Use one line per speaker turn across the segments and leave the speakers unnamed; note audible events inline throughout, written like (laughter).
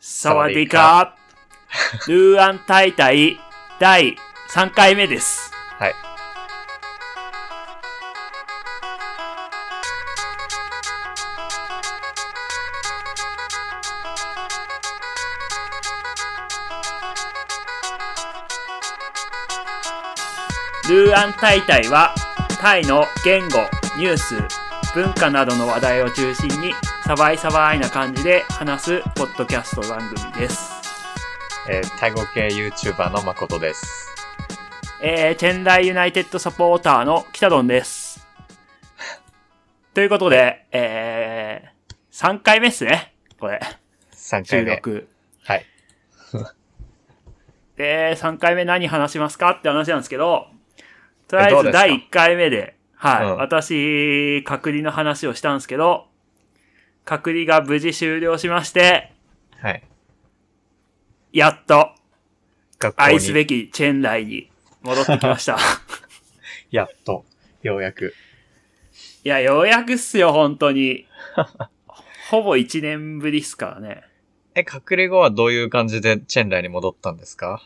サワディーカールーアン大会第3回目です。
はい。
ルーアンタイタイはタイの言語ニュース文化などの話題を中心にサバイサバイな感じで話すポッドキャスト番組です、
えータイ語系 YouTuber の誠です。
えー、チェンダイユナイテッドサポーターの北ドンですということで、えー、3回目っすねこれ
3回
収
目。
録
はい。
で3回目何話しますかって話なんですけどとりあ
えど
え
うで
ず
すか
第1回目ではい、
うん
私隔離の話をしたんですけど隔離が無事終了しまして
はい。
やっと
学校
愛す
に、
べきチェンライに戻ってきま
(laughs)
した。
やっと、ようやく。
いや、ようやくっすよ、本当に。ほぼ1年ぶりっすからね。
え、隔離後はどういう感じでチェンライに戻ったんですか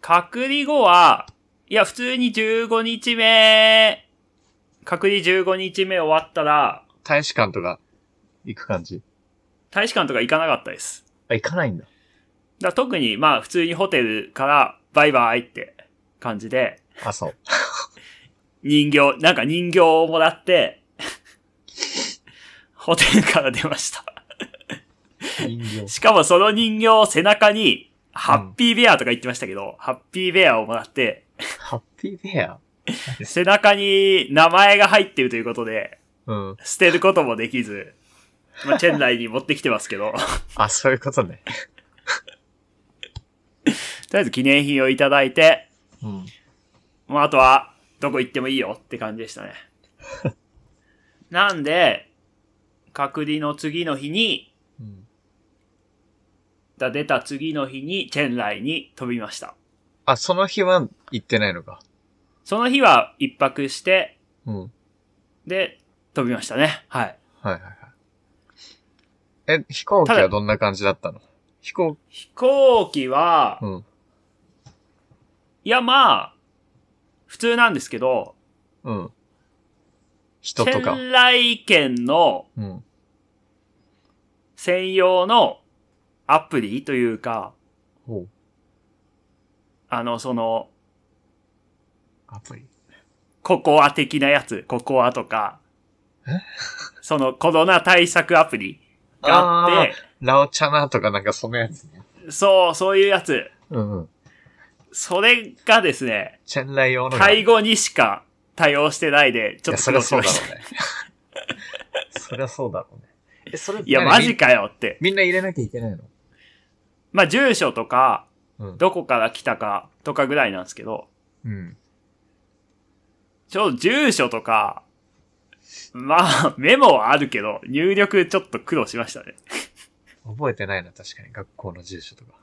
隔離後は、いや、普通に15日目、隔離15日目終わったら、
大使館とか行く感じ
大使館とか行かなかったです。
あ、行かないん
だ
だ。
から特に、まあ、普通にホテルから、バイバイって感じで、
あ、そう。
人形、なんか人形をもらって、 (laughs) ホテルから出ました。しかもその人形を背中に、ハッピーベアとか言ってましたけど、ハッピーベアをもらって、
ハッピーベア
背中に名前が入ってるということで、
うん。
捨てることもできず、まあ、チェン内に持ってきてますけど、と (laughs) り
あ、そういうことね。
あえず記念品をいただいて、
うん。
まあ、あとは、どこ行ってもいいよって感じで
(laughs)
したね。なんで、隔離の次の日に、
うん。
だ出た次の日にチェン内に飛びました。
あ、その日は行ってないのか。
その日は一泊して、
うん。
で、飛びましたね。はい。
はいはいはい。え、飛行機
ただ
はどんな感じだったの飛行、
飛行機は、
うん。
いや、まあ、普通なんですけど、
うん。人とか。
県来県の
うん。
専用のアプリというか、
ほう。
あの、その、
アプリ。
ココア的なやつ、ココアとか
え、
(laughs) そのコロナ対策アプリがあって、
ラオチャナとかなんかそのやつね。
そう、そういうやつ。
うんうん。
それがですね、
チェンライ用のが。
タイ語にしか対応してないで、ち
い
ょっ
や、
と苦
そりゃ
労し
そう
ま
だ
し
ろ
た。
うね。そりゃそうだろうね。え、それ (laughs)
いや、マジ。かよって。
みんな入れなきゃいけないの
まあ、住所とか、
うん。
どこから来たかとかぐらいなんですけど、
うん。
ちょうど住所とか、まあ、メモはあるけど、入力ちょっと苦労しましたね。
覚えてないな、確かに。学校の住所とか。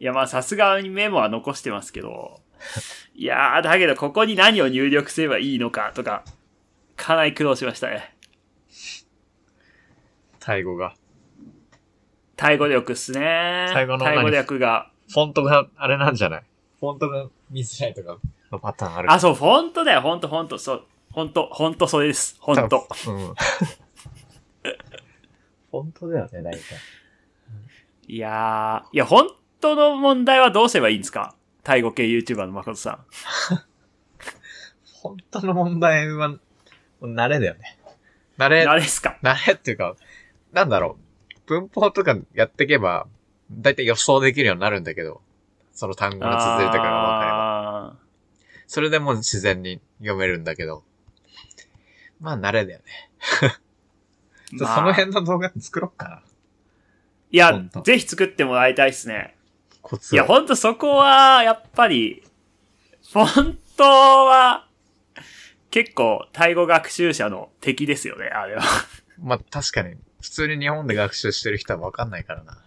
いや、まあ、さすがにメモは残してますけど、 (laughs) いやー、だけど、ここに何を入力すればいいのかとか、かなり苦労しましたね。
タイ語が。
タイ語力っすね。
タイ語の
タイ語力が。
フォントが、あれなんじゃないフォントが見づらいとかのパターンある
あ、そう、フォントだよ、フォント、フォント、そう、フォント、フォント、それです、フォント。。
うん。 (laughs) 本当だよね、大体。
いやー、いや、本当の問題はどうすればいいんですかタイ語系 YouTuber の誠さん。
本当の問題は、もう慣れだよね。慣れ、
あれです
(laughs)
か
慣れっていうか、なんだろう。文法とかやってけば、だいたい予想できるようになるんだけど、その単語が続いたから分かれば。
あー
それでもう自然に読めるんだけど。まあ、慣れだよね。ちょ
まあ
その辺の動画作ろっかな。
いや
本当、
ぜひ作ってもらいたいですね。
コツ
い
を
や、ほんとそこは、やっぱり、フォントは、結構、タイ語学習者の敵ですよね、あれは。
(laughs) まあ、確かに、普通に日本で学習してる人は分かんないからな。
だか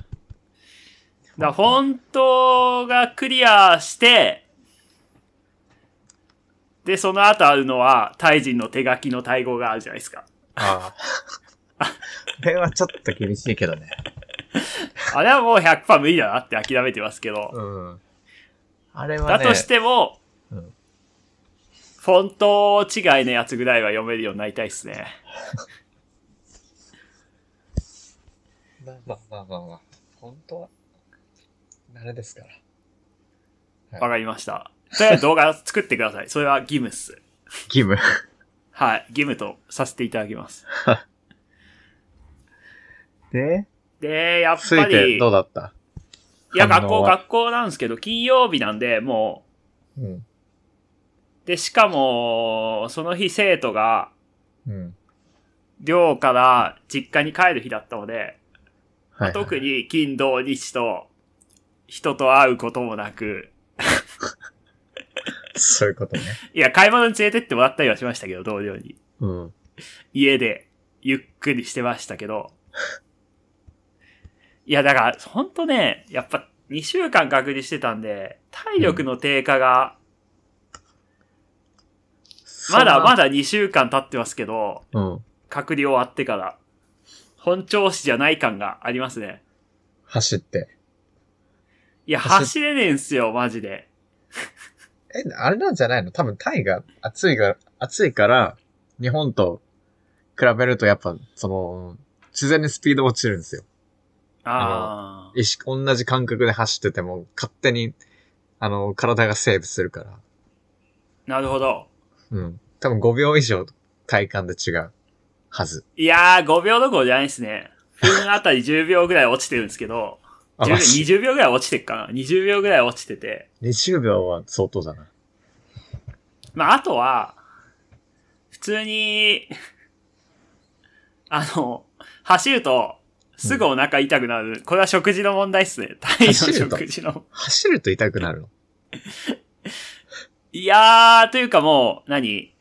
らフォントがクリアして、で、その後あるのは、タイ人の手書きのタイ語があるじゃないですか。
(laughs) ああ。これはちょっと厳しいけどね。
あれはもう100%無理だなって諦めてますけど。
うん。あれは
だ
ね。
としても、
うん
フォント違いのやつぐらいは読めるようになりたいっすね。
まあまあまあまあまあ。本当は、慣れですから。
わかりました。それは動画作ってください。それは義務っす。
義務。
はい。義務とさせていただきます。
で、
で、やっ
つ
ぱ
い
り、
て
い
どうだった
や、
反
学
応
校、
は
学校なんですけど、金曜日なんで、も
うん。
う、で、しかも、その日生徒が、
うん。
寮から実家に帰る日だったので、
はい、はい。
特に金土日と、人と会うこともなく、
そういうことね。
いや、買い物に連れてってもらったりはしましたけど、同僚に。
うん。
家で、ゆっくりしてましたけど。いや、だから、ほんとね、やっぱ、2週間隔離してたんで、体力の低下が、まだま
だ。
だ2週間経ってますけど、
うん。
隔離終わってから、本調子じゃない感がありますね。
走って。
いや、走れねえんすよ、マジで。
え、あれなんじゃないの多分タイが暑いが、暑いから、日本と比べるとやっぱ、その、自然にスピード落ちるんですよ。
ああ。
意識、同じ感覚で走ってても、勝手に、あの、体がセーブするから。
なるほど。
うん。多分5秒以上、体感で違う。はず。
いやー、5秒どころじゃないですね。分あたり10秒ぐらい落ちてるんですけど、
あ、
10
マジ
秒20秒ぐらい落ちてっかな。20秒ぐらい落ちてて。
20秒は相当だな。
まあ、あとは、普通に、 (laughs) あの、走ると、すぐお腹痛くなる。これは食事の問題っすね。体の
走ると
食事の。
走ると痛くなるの。
いやー、というかもう、何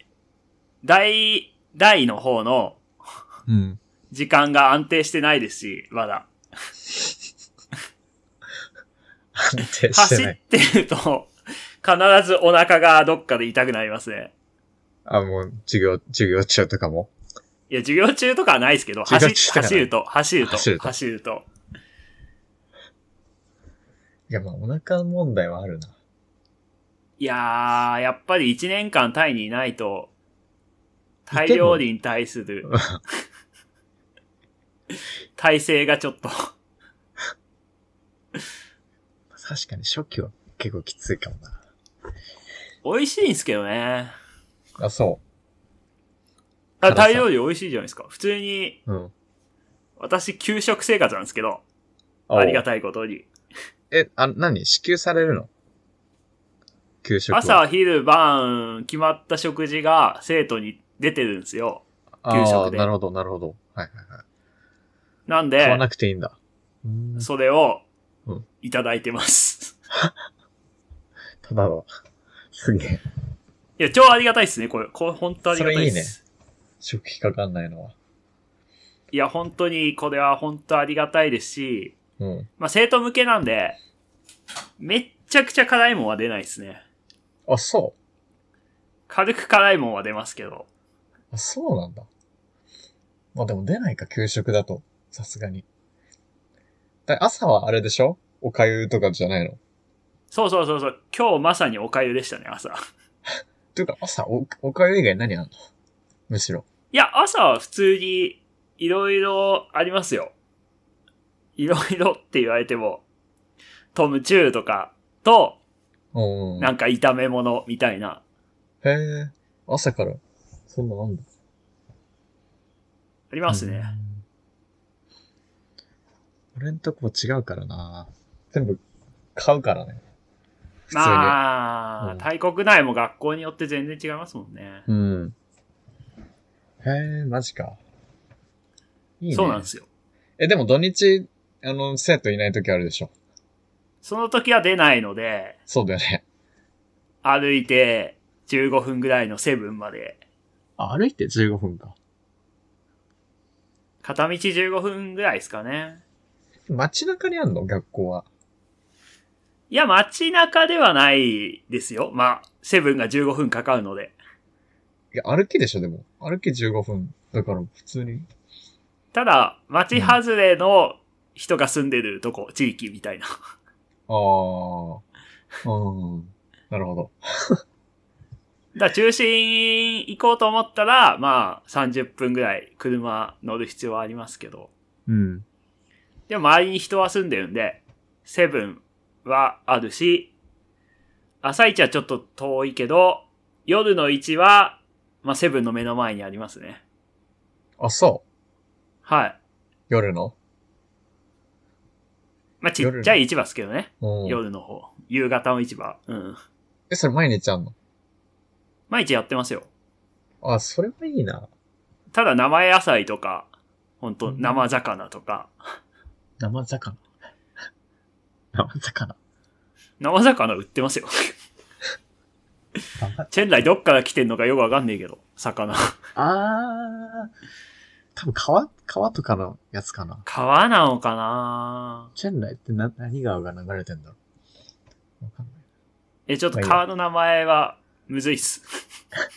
大、大の方の
うん。
時間が安定してないですし、まだ。
安定し
走
てな
っ
い。
てると、必ずお腹がどっかで痛くなりますね。
あ、もう、授業、授業中とかも。
いや、授業中とかはないですけど、走っ
授業中とかない
走ると、走ると、
走ると
走ると。
いや、まあ、お腹問題はあるな。
いやー、やっぱり1年間タイにいないと、タイ料理に対する
も、
体制がちょっと、
確かに初期は結構きついかもな。
美味しいんですけどね。
あ、そ
あ
辛さ
タイ料理美味しいじゃないですか。普通に、
う。うん。
私、給食生活なんですけど、ありが
い。
たいことに。
え、あ、何支給されるの給食は。
朝、昼、晩、決まった食事が生徒に出てるんですよ。給
あ
食
ー
で
なるほど、なるほど。はいはいはい。
なんで、
買わなくていいんだ。うん
それを
うん、
いただいてます。
ただの。すげえ。
いや、超ありがたいですね、これ。これ、本当ありがたいです。
それいいね食費かかんないのは。
いや、本当に、これは本当ありがたいですし、
うん。
まあ、生徒向けなんで、めっちゃくちゃ辛いもんは出ないですね。
あ、そ
軽く辛いもんは出ますけど。
う。あ、そうなんだ。まあでも出ないか、給食だと。さすがに。だ朝はあれでしょおかゆとかじゃないの。
そうそうそうそう。今日まさにおかゆでしたね、朝。
というか、朝、お、おかゆ以外何あんのむしろ。
いや、朝は普通に、いろいろありますよ。いろいろって言われても、トムチューとかと、
うん。
なんか炒め物みたいな。
へえ、朝から、そんななんだ。
ありますね。
うん。俺んとこも違うからな全部、買うからね。普通に。
まあ、
うん
大国内も学校によって全然違いますもんね。
うん。へえ、マジか。いいね。
そうなんですよ。
え、でも土日、あの、生徒いない時あるでしょ。
その時は出ないので、
そうだよね。
歩いて15分ぐらいのセブンまで、
あ、歩いて15分か。
片道15分ぐらいですかね。
街中にあんの学校は。
いや、街中ではないですよ。まあ、セブンが15分かかるので。
いや、歩きでしょ、でも。歩き15分。だから、普通に。
ただ、街外れの人が住んでるとこ、地域みたいな。
あー。うん。なるほど。
だから中心行こうと思ったら、まあ、30分ぐらい車乗る必要はありますけど。
うん。
でも周りに人は住んでるんで、セブンはあるし、朝一はちょっと遠いけど、夜の1は、まあ、セブンの目の前にありますね。
あ、そう。
はい。
夜の
まあ、ちっちゃい市場っすけどね。
うん。
夜の方。夕方の市場。うん。
え、それ毎日あんの
毎日やってますよ。
あ、それはいいな。
ただ生野菜とか、ほんと
うん
生魚とか、
生魚。 (laughs) 生魚。
生魚売ってますよ。 (laughs) チェンライどっから来てんのかよくわかんねえけど、
(laughs)
魚。
あー。多分川、川とかのやつかな。
川なのかな
チェンライってな、何川が流れてんだろうわかんない。
え、ちょっと川の名前は、むずいっす。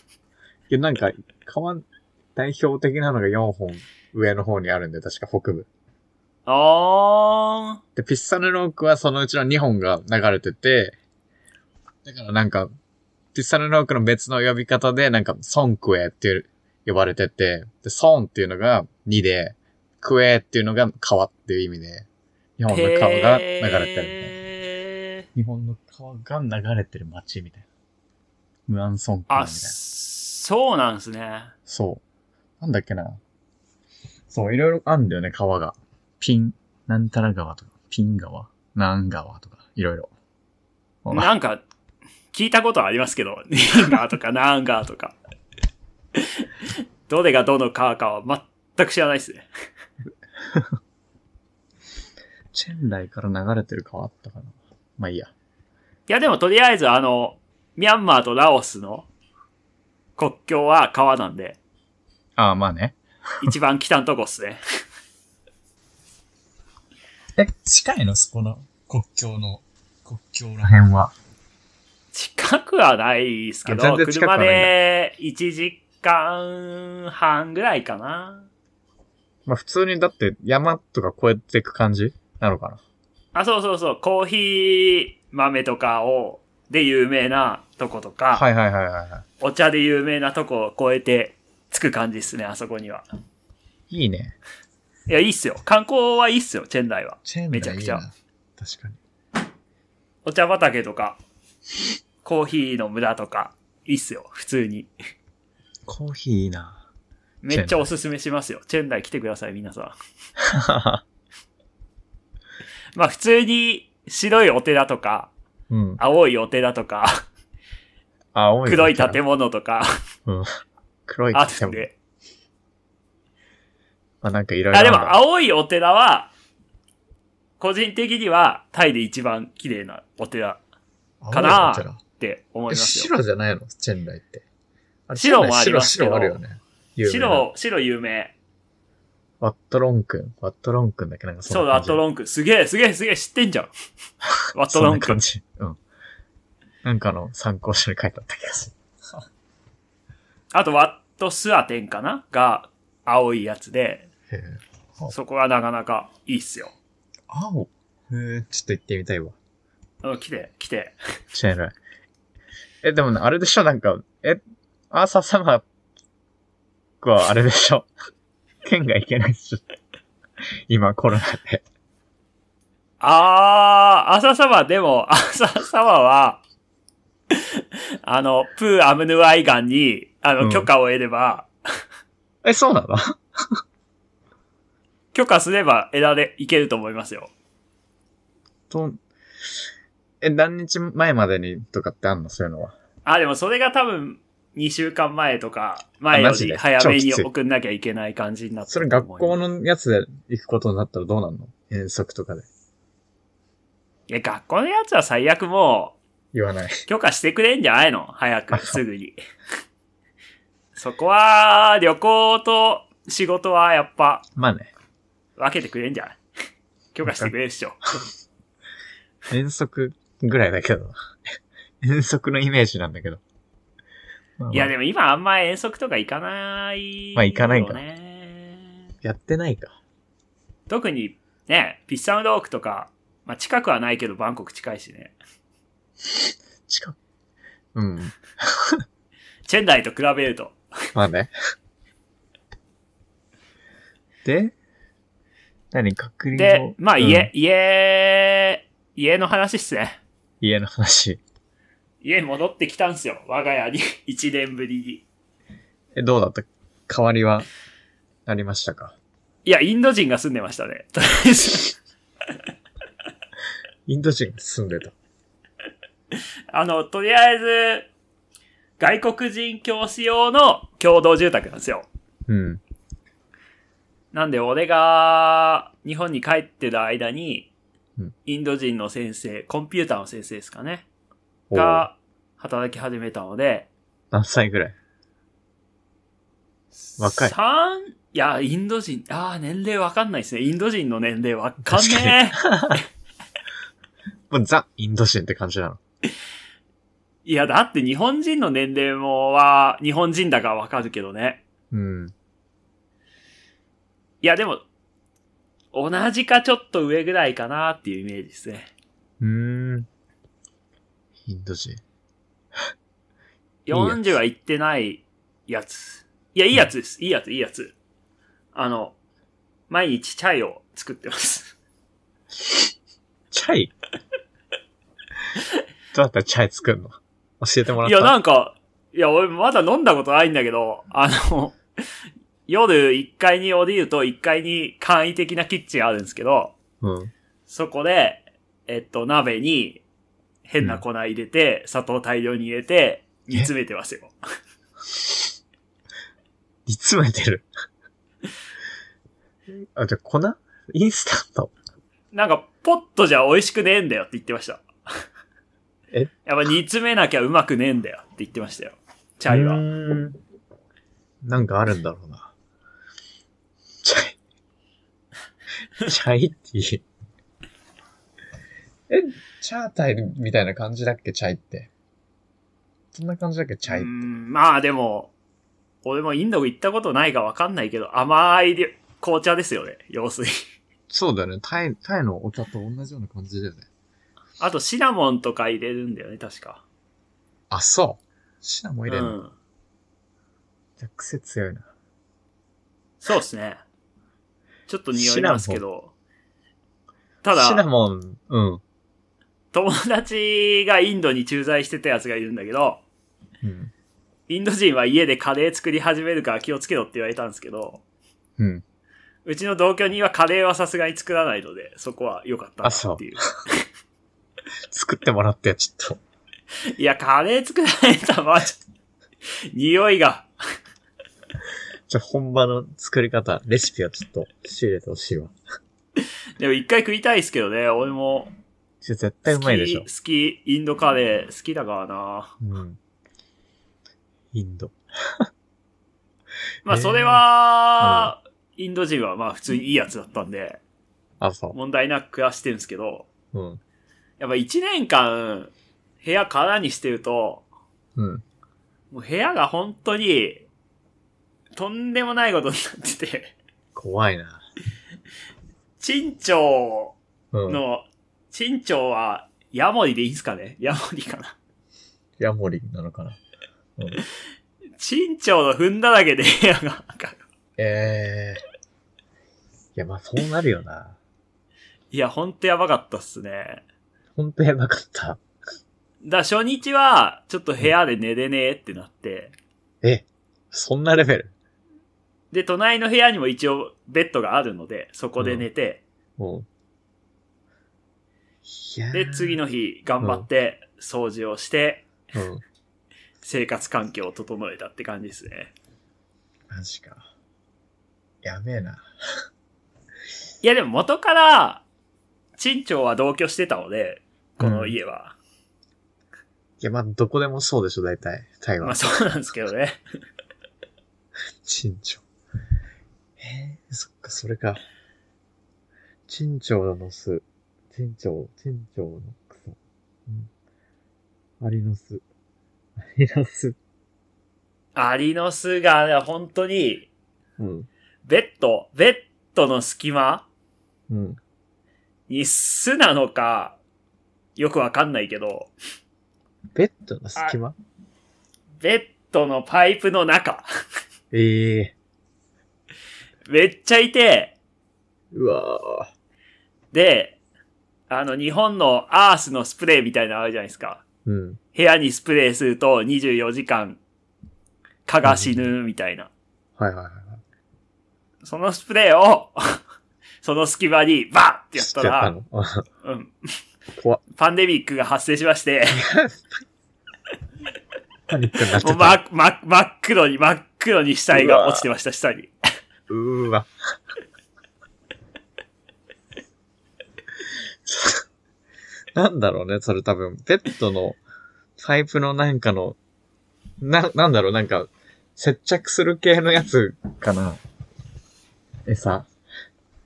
(laughs)
いや、なんか、川、代表的なのが4本上の方にあるんで、確か北部。
あー。
で、ピッサヌロークはそのうちの2本が流れてて、だからなんか、ピッサヌロークの別の呼び方で、なんか、ソンクエっていう呼ばれてて、で、ソンっていうのが2で、クエっていうのが川っていう意味で、日本の川が流れてるみたいな。
へ
日本の川が流れてる街みたいな。ムアンソ
ー
ンクエみた
あ、
いな。
そうなんすね。
そう。なんだっけな。そう、いろいろあんだよね、川が。ピン、なんたら川とか、ピン川、なん川とか、いろいろ。あ
なんか、聞いたことはありますけど、 (laughs) リンガーとかナンガーとか。 (laughs) どれがどの川かは全く知らないっすね。
チェンライから流れてる川あったかな。まあいいや。
いやでもとりあえずあの、ミャンマーとラオスの国境は川なんで、
ああ、まあね。
一番北のとこっすね。
え、近いのそこの国境の、国境ら辺は。
近くはないっすけ
あ
ど、
全然近くは
車
ないんだ
で1時間半ぐらいかな。
まあ普通にだって山とか越えていく感じなのかな。
あ、そうそうそう、コーヒー豆とかを、で有名なとことか、
はいはいはいはいは
お茶で有名なとこを越えて着く感じっすね、あそこには。
い。いいね。
いや、いいっすよ。観光はいいっすよ、チェンライは。
チェン
めちゃくちゃ
いいな。確かに。
お茶畑とか、コーヒーの村とか、いいっすよ、普通に。
コーヒーいいな。
めっちゃおすすめしますよ。チェンライ来てください、皆さん。まあ、普通に白いお寺とか、
(laughs) うん。
青いお寺とか、
あ、青
黒い建
物。
物とか、
うん。 (laughs) 黒い
あ
建
るん
物。
で。
まあなんかいろいろ
あ、
あ
で
るんだ。
も、青いお寺は、個人的には、タイで一番綺麗なお寺かな
青いお寺
って思い
え
ますよ。
白じゃないのチェンライって。あれ
白もありますけ
白、
ど
白あるよね。有名な
白、白有名。
ワットロン君。ワットロン君だっけなんかそ
そう、ワット
ン。
ロンク。すげえ、すげえ、すげえ、知ってんじゃ (laughs) ん。ワットロン
そん
ク
な感。じ。うん。なんかの参考書に書いてあった気がする。
あと、ワットスアテンかなが、青いやつで、
へえ
そこはなかなかいいっすよ。
青へえちょっと行ってみたいわ。
うん、来て、来て。
チェンライ。え、でもねあれでしょなんか、え、アーサー様はあれでしょ (laughs) 県が行けないでしょ今コロナで。
あー、朝サバ、でも、 (laughs) 朝サバは、あの、プーアムヌアイガンに、あ
う
の、
ん
許可を得れば、
え、そうなの
許可すれば得られ、いけると思いますよ。
と、え、何日前までにとかってあんのそういうのは。
あ、でもそれが多分、2週間前とか、前よ
マジ
り
で
早めに
超きつい
送んなきゃいけない感じになって
そ
る
れ
と
学
思います
校のやつで行くことになったらどうなんの遠足とかで。
いや、学校のやつは最悪も
言わない。
う、許可してくれんじゃないの早く、すぐに。 (laughs) そこは、旅行と仕事はやっぱ、
(laughs) まあね。
分けてくれんじゃない許可してくれるっしょ。
遠足ぐらいだけど。 (laughs) 遠足のイメージなんだけど。まあまあ
いや、でも今あんま遠足とか行かない、
まあ行かないか
ね。
やってないか。
特に、ねえ、ピッサムドークとか、まあ、近くはないけど、バンコク近いしね。
近く。うん。
チェンダイと比べると。
まあね。 (laughs) で何確認を
で、まあ、
うん
家、家、家の話っすね。
家の話。
家戻ってきたんすよ。我が家に。 (laughs) 一年ぶりに。
え、どうだった変わりは、ありましたか
いや、インド人が住んでましたね。 (laughs) とりあえず
インド人が住んでた。
あの、とりあえず、外国人教師用の共同住宅なんですよ。
うん。
なんで、俺が日本に帰ってる間に
うん、
インド人の先生、コンピューターの先生ですかね。
おう
が、働き始めたので、
何歳ぐらい若い
三いや、インド人、ああ、年齢わかんないですね。インド人の年齢わかんねえ。
もうザ・インド人って感じなの。
(laughs) いや、だって日本人の年齢もは、日本人だからわかるけどね。
うん。
いや、でも、同じかちょっと上ぐらいかなっていうイメージですね。
うーん。インド人。いやつ
40は行ってないやつ。いや、いいやつです。いいやつ、いいやつ。あの、毎日チャイを作って
(laughs)
ます。
チャイ (laughs) どうやったらチャイ作るの教えてもらっ
い
た
や、なんか、いや、俺まだ飲んだことないんだけど、あの、 (laughs) 夜1階に降りると1階に簡易的なキッチンあるんですけど、
うん。
そこで、えっと、鍋に変な粉入れて、砂糖大量に入れて、煮詰めてますよ。
煮詰めて (laughs) る。あ、じゃあ粉インスタント。
なんか、ポットじゃ美味しくねえんだよって言ってました。
え
やっぱ煮詰めなきゃうまくねえんだよって言ってましたよ。チャイ
う
は。
ーんなんかあるんだろうな。チャイ。チャイっていい。え、チャータイみたいな感じだっけチャイって。そんな感じだっけチャイ
うー。ん、まあでも、俺もインド行ったことないかわかんないけど、甘いり紅茶ですよね。要するに。 (laughs)
そうだよね。タイ、タイのお茶と同じような感じだよね。
あとシナモンとか入れるんだよね、確か。
あ、そう。シナモン入れる
う
の。
ん。
じゃあ癖強いな。
そうですね。ちょっと匂いますけど。ただ、
シナモン、うん。
友達がインドに駐在してたやつがいるんだけど、
うん。
インド人は家でカレー作り始めるから気をつけろって言われたんですけど、
うん。
うちの同居人はカレーはさすがに作らないので、そこは良かったなっていう。
作ってもらって、ちょっと。
いや、カレー作らないとはまあ、ちょっと匂いが。
じゃあ本場の作り方、レシピはちょっと仕入れてほしいわ。
でも一回食いたいですけどね、俺も
じゃあ絶対
好
う
き、
まいでしょ
好。き、インドカレー好きだからな。
うん。インド。
まあ、
えー
それは、インド人はまあ普通にいいやつだったんで、
あ、そ
問題なく暮らしてるんですけど、
う。うん。
やっぱ一年間、部屋空にしてると、
うん。
もう部屋が本当に、とんでもないことになってて、 (laughs)
怖いな。
陳長
うん。
の、陳長は、ヤモリでいいんすかねヤモリかな。
ヤモリなのかな。うん、
陳長の踏んだらけで (laughs) 部屋が、なんか
ええいや、まあそうなるよな。
いや、ほんとやばかったっすね。
ほんとやばかっ
だ
た。
から初日は、ちょっと部屋で寝れねえってなって、
え、そんなレベル
で、隣の部屋にも一応ベッドがあるので、そこで寝て、
うん。いやー
で、次。の日、頑張って、掃除をして、
うん。
生活環境を整えたって感じですね。
マジか。やべえな。
いやでも元から、陳長は同居してたので、この家は。
いや、まあどこでもそうでしょ、大体。タイは。
まあそうなんですけどね。
陳長。えー、そっか、それか。陳長の巣。陳長、陳長の草。うん。アリの巣。アリの巣。
アリの巣が、ね、本当に、
うん。
ベッド、ベッドの隙間
うん。
に巣なのか、よくわかんないけど、
ベッドの隙間
ベッドのパイプの中、
ええ
めっちゃいて、
うわぁ。
で、あの、日本のアースのスプレーみたいなのあるじゃないですか。
うん。
部屋にスプレーすると24時間、蚊が死ぬみたいな。
はいはいはい。
そのスプレーを、 (laughs) その隙間にバンってやったら、
知っちゃったの。 (laughs)
うん。
怖っ
パンデミックが発生しま
(laughs)
して、
パニックになっち
も
ゃ
う
った。
ま、ま、真っ黒に、真っ黒に死体が落ちてました、下に。
うーわ。 (laughs) なんだろうね、それ多分。ペットのパイプのなんかの、な、なんだろう、なんか、接着する系のやつかな。餌。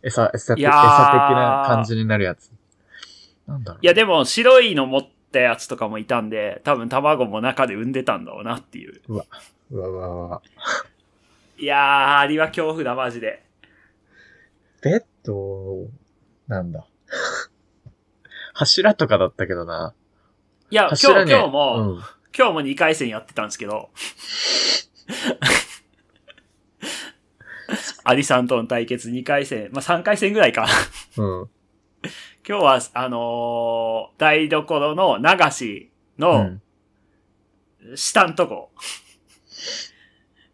餌、餌
い
的餌的
やー
な感じになるやつ。なんだろう。
いや、でも白いの持ったやつとかもいたんで、多分卵も中で産んでたんだろうなっていう。
うわうわうわ。
いやー、あれは恐怖だ、マジで。
ベッド、なんだ。 (laughs) 柱とかだったけどな。
いや、今
柱
日、
ね
今日も、
うん
今日も2回戦やってたんですけ
(laughs)
ど、アリさんとの対決2回戦、まあ、3回戦ぐらいか。
うん。
今日は、あのー台所の流し
う
の
ん。
下んとこ、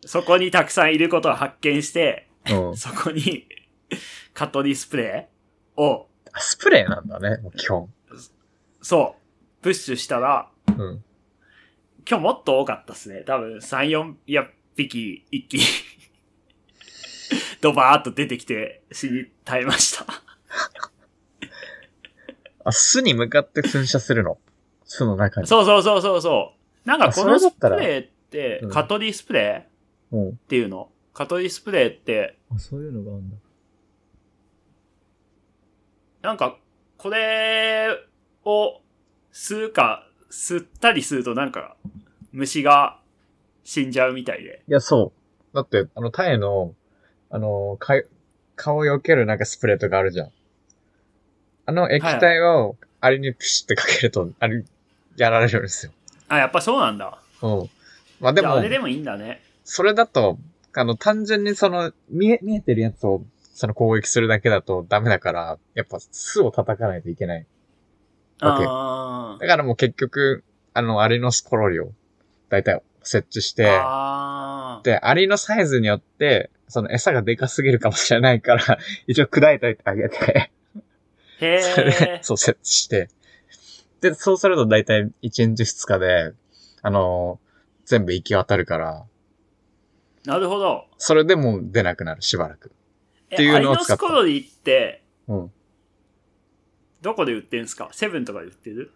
そこにたくさんいることを発見して、
うん。
そこに、 (laughs) カトリスプレーを、
あスプレーなんだね、もう基本。
そう、プッシュしたら、
うん。
今日もっと多かったっすね。多分3、4、いや、匹、一気に (laughs) ドバーっと出てきて死に耐えました。
あ、巣に向かって噴射するの。巣の中に。
そうそうそうそうそう。なんかこ
あ
の
そ
ス
れだった
プ
ら
レーって
うん、
カトリスプレー
う
っ
ん
ていうのカトリスプレーって、
あ、そういうのがあるんだ。
なんか、これを吸うか、吸ったりするとなんか、虫が死んじゃうみたいで。
いや、そう。だって、あの、タイの、あの、か顔を避けるなんかスプレーとかあるじゃん。あの液体を、あれにピシッてかけると、あれ、やられるんですよ。
あ、やっぱそうなんだ。
うん。まあ
で
で
も。あ
も
れ、でもいいんだね。
それだと、あの、単純にその、見え、見えてるやつを、その攻撃するだけだとダメだから、やっぱ巣を叩かないといけない。わけ
あー
だからもう結局、あの、アリのスコロリを、だいたい設置して、
あー。
で、アリのサイズによって、その餌がでかすぎるかもしれないから、 (laughs) 一応砕いてあげて、
へ
それで
え。
そう設置して。で、そうするとだいたい1日2日で、あの全部行き渡るから、
なるほど。
それでもう出なくなる、しばらく。
え、
っていうのを
アリノ
使っ
ス
た
コロリーって、
うん。
どこで売ってんすかセブンとかで売ってる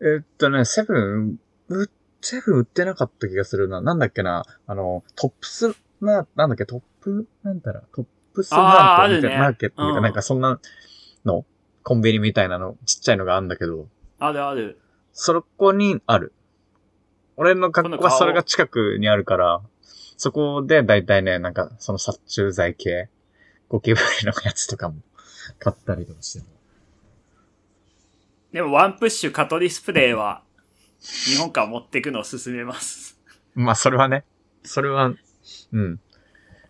えっとね、セブン、うセブン売ってなかった気がするな。なんだっけな、あの、トップス、な、なんだっけ、トップ、なんだら、トップスマ
あー
ーケットみたい
ある
な、
ね
マーケットみたいな、
うん
なんかそんなの、コンビニみたいなの、ちっちゃいのがあるんだけど、
あるある。
そこにある。俺の格好は
この顔
それが近くにあるから、そこでだいたいね、なんか、その殺虫剤系、ゴキブリのやつとかも買ったりとかしてる。
でもワンプッシュカトリスプレーは、日本から持ってくのを勧めます。
まあ、それはね、それは、うん。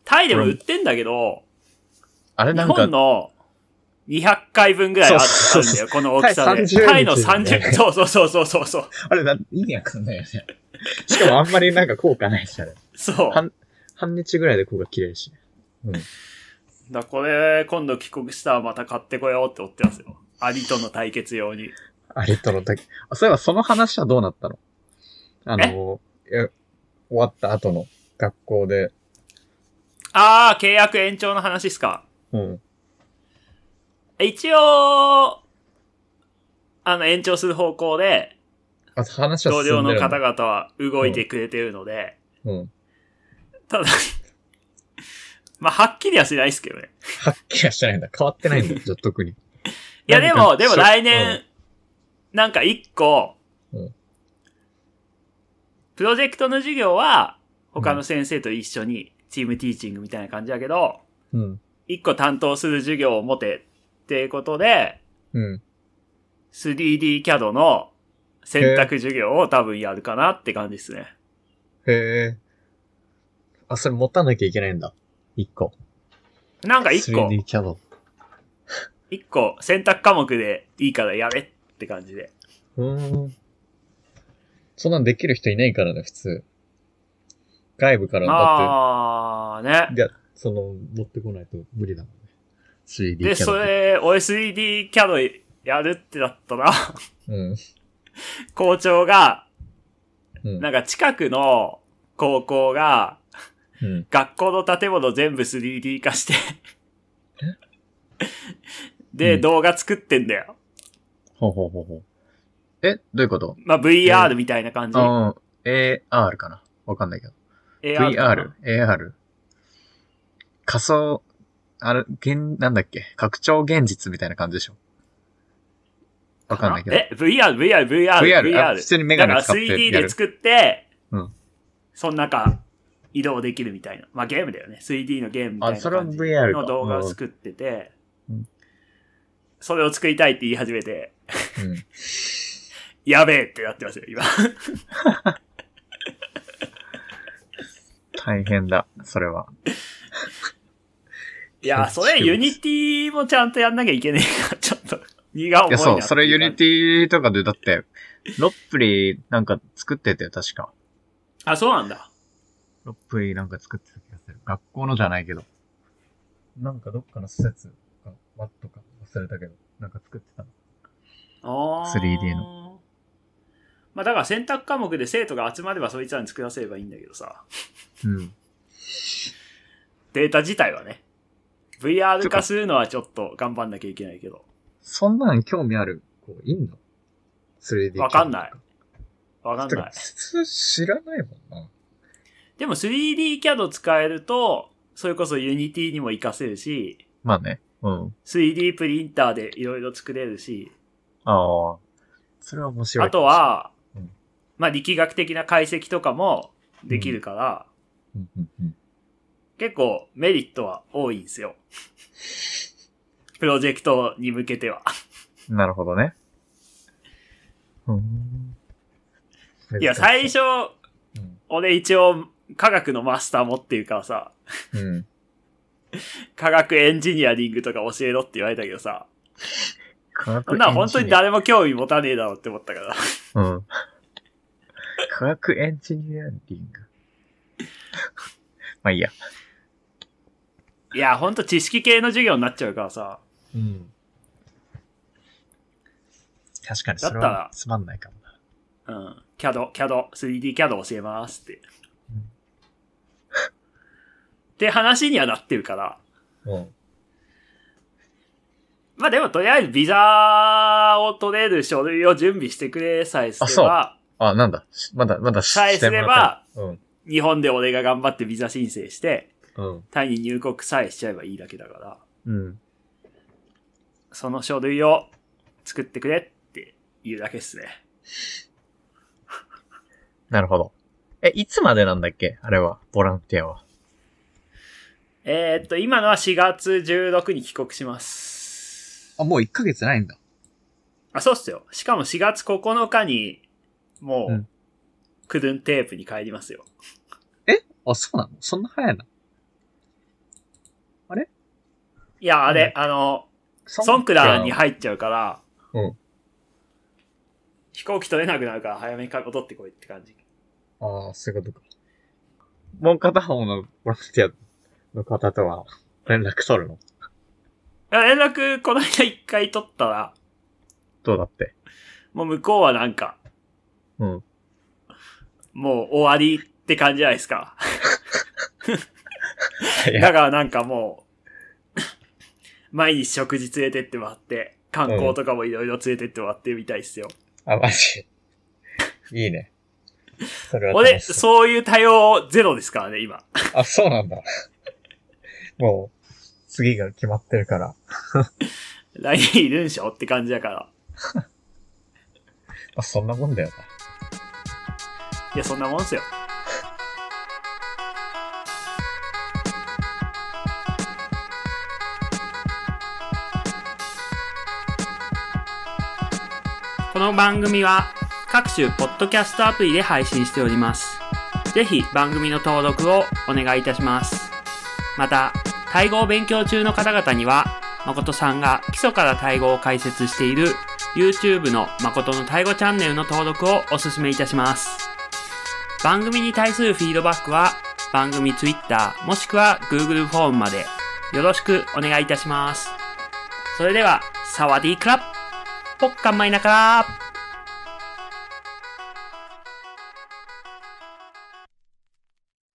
タイでも売ってんだけど、
あれ
日
なんか
本、の200回分ぐらいあるあ
そうそ
るんだ
うそ
よ、 (laughs) この大きさで。
タイ30
タイの
日ね
30、そうそうそうそうそうそう。
あれな、意味わかんないよね。しかもあんまりなんか効果ないし、あれ。
そう。
半半日ぐらいで効果切れるし。
だこれ、今度帰国したらまた買ってこようって思ってますよ。アリとの対決用に。
あれとの時。あ、そういえばその話はどうなったのあの、いや終わった後の学校で。
あー、契約延長の話っすか。
うん。
一応、あの、延長する方向で、
あ、話は
同
進
僚
ん
の
でる
方々は動いてくれてるので、
うん。
ただ、 (laughs) まあ、はっきりはしないですけどね。
はっきりはしてないんだ。変わってないん (laughs) だ。じゃあ特に。
いや、で
なん
も、
か
でも
そう
来年、なんか一個
うん、
プロジェクトの授業は、他の先生と一緒にチームティーチングみたいな感じだけど、
うん。
一個担当する授業を持てっていうことで、
うん。
3D CAD の選択授業を多分やるかなって感じですね。
へえ。あ、それ持たなきゃいけないんだ。一個。
なんか一個、
3D キャド。
一個選択科目でいいからやれって感じで。
うーん。そんなんできる人いないからね、普通。外部から、だっ
まあね
て、。いや、その、持ってこないと無理だもんね。3D キャド。
で、そ。れ、俺 3D CAD やるってだったら、
うん。
校長が、
うん。
なんか近くの高校が、
うん。
学校の建物全部 3D 化
(laughs)
して、で、
うん
動画作ってんだよ。
ほうほうほうほう。え、どういうこと
まあ、VR みたいな感じ。
ああ、AR かなわかんないけど。
AR かな
VR、AR。仮想、あれ、現、なんだっけ拡張現実みたいな感じでしょわかんないけど。
え、VR、VR、VR、
VR あ普通にメガネ使って
だから 3D
やる
で作って、
うん
その中、移動できるみたいな。まあゲームだよね。3D のゲームみたいな
あそれは
感じ
VR か
の動画を作ってて
うん、
それを作りたいって言い始めて、
うん。
やべえってなってますよ、今。
大変だ、それは。
いや、それユニティもちゃんとやんなきゃいけねえから、ちょっと、荷が重いなっ
いや、
てい
そう、それユニ
ィ。
ティとかで、だって、ロップリーなんか作ってて、確か。
あ、そうなんだ。
ロップリーなんか作ってた気がする。学校のじゃないけど。なんかどっかの施設か、ワットか忘れたけど、なんか作ってた。
あー
3D
まあだから選択科目で生徒が集まればそいつらに作らせればいいんだけどさ。
うん。
データ自体はね。VR 化するのはちょっと頑張んなきゃいけないけど。
そんなん興味ある子いんの ?3D
わかんないわかん
て
な
か
い。
普通知らないもんな。
でも 3D CAD 使えると、それこそ Unity にも活かせるし、
まあね。うん。
3D プリンターでいろいろ作れるし、
ああ。それは面白い。
あと、は
うん、
まあ力学的な解析とかもできるから、
うんうんうん、
結構メリットは多いんですよ。プロジェクトに向けては。
なるほどね。うん。
いや、最初、
うん。
俺一応科学のマスター持ってるからさ、
うん。
科学エンジニアリングとか教えろって言われたけどさ、
科
そ
学
んなの本当に誰も興味持たねえだろうって思ったから。
うん。科学エンジニアリング。まあいいや。
いや、ほんと知識系の授業になっちゃうからさ、
うん。確かに、それ
だった
は
ら
つまんないかもな。
うん、CAD、CAD、3D CAD 教えますって。
うん
って話にはなってるから。
うん。
まあでもとりあえずビザを取れる書類を準備してくれさえすれば、
あ、なんだ。しまだ、まだし
さえすれば、
してもらっ
日本で俺が頑張ってビザ申請して、
たうん。
タイに入国さえしちゃえばいいだけだから、
うん。うん。
その書類を作ってくれって言うだけっすね。
なるほど。え、いつまでなんだっけあれは、ボランティアは。
えーっと、今のは4月16に帰国します。
あ、もう1ヶ月ないんだ。
あ、そうっすよ。しかも4月9日に、も
う、
うんクドゥンテープに帰りますよ。
あ、そうなのそんな早いない
や、あれ、あの、ソンクラに入っちゃうから、
うん
飛行機取れなくなるから早めに戻ってこいって感じ。
ああ、そういうことか。もう片方のボランティアの方とは連絡取るの
いや連絡、この間一回取ったら、
どうだって。
もう向こうはなんか、
うん。
もう終わりって感じじゃないですか。
い
だからなんかもう、毎日食事連れてってもらって、観光とかもいろいろ連れてってもらってみたいっすよ。
あ、マジ。いいね。それは
俺、
楽しそう。
そういう対応ゼロですからね、今。 (laughs)
あ、そうなんだ。もう、次が決まってるから。
来年いるんしょって感じだから。
あ、そんなもんだよな。
いや、そんなもんっすよ。
「
この番組は各種ポッドキャストアプリで配信しております。ぜひ番組の登録をお願いいたします。また、タイ語を勉強中の方々には、誠さんが基礎からタイ語を解説している YouTube の誠のタイ語チャンネルの登録をお勧めいたします。番組に対するフィードバックは番組 Twitter もしくは Google フォームまでよろしくお願いいたします。それでは、サワディークラップポッカンマイナカー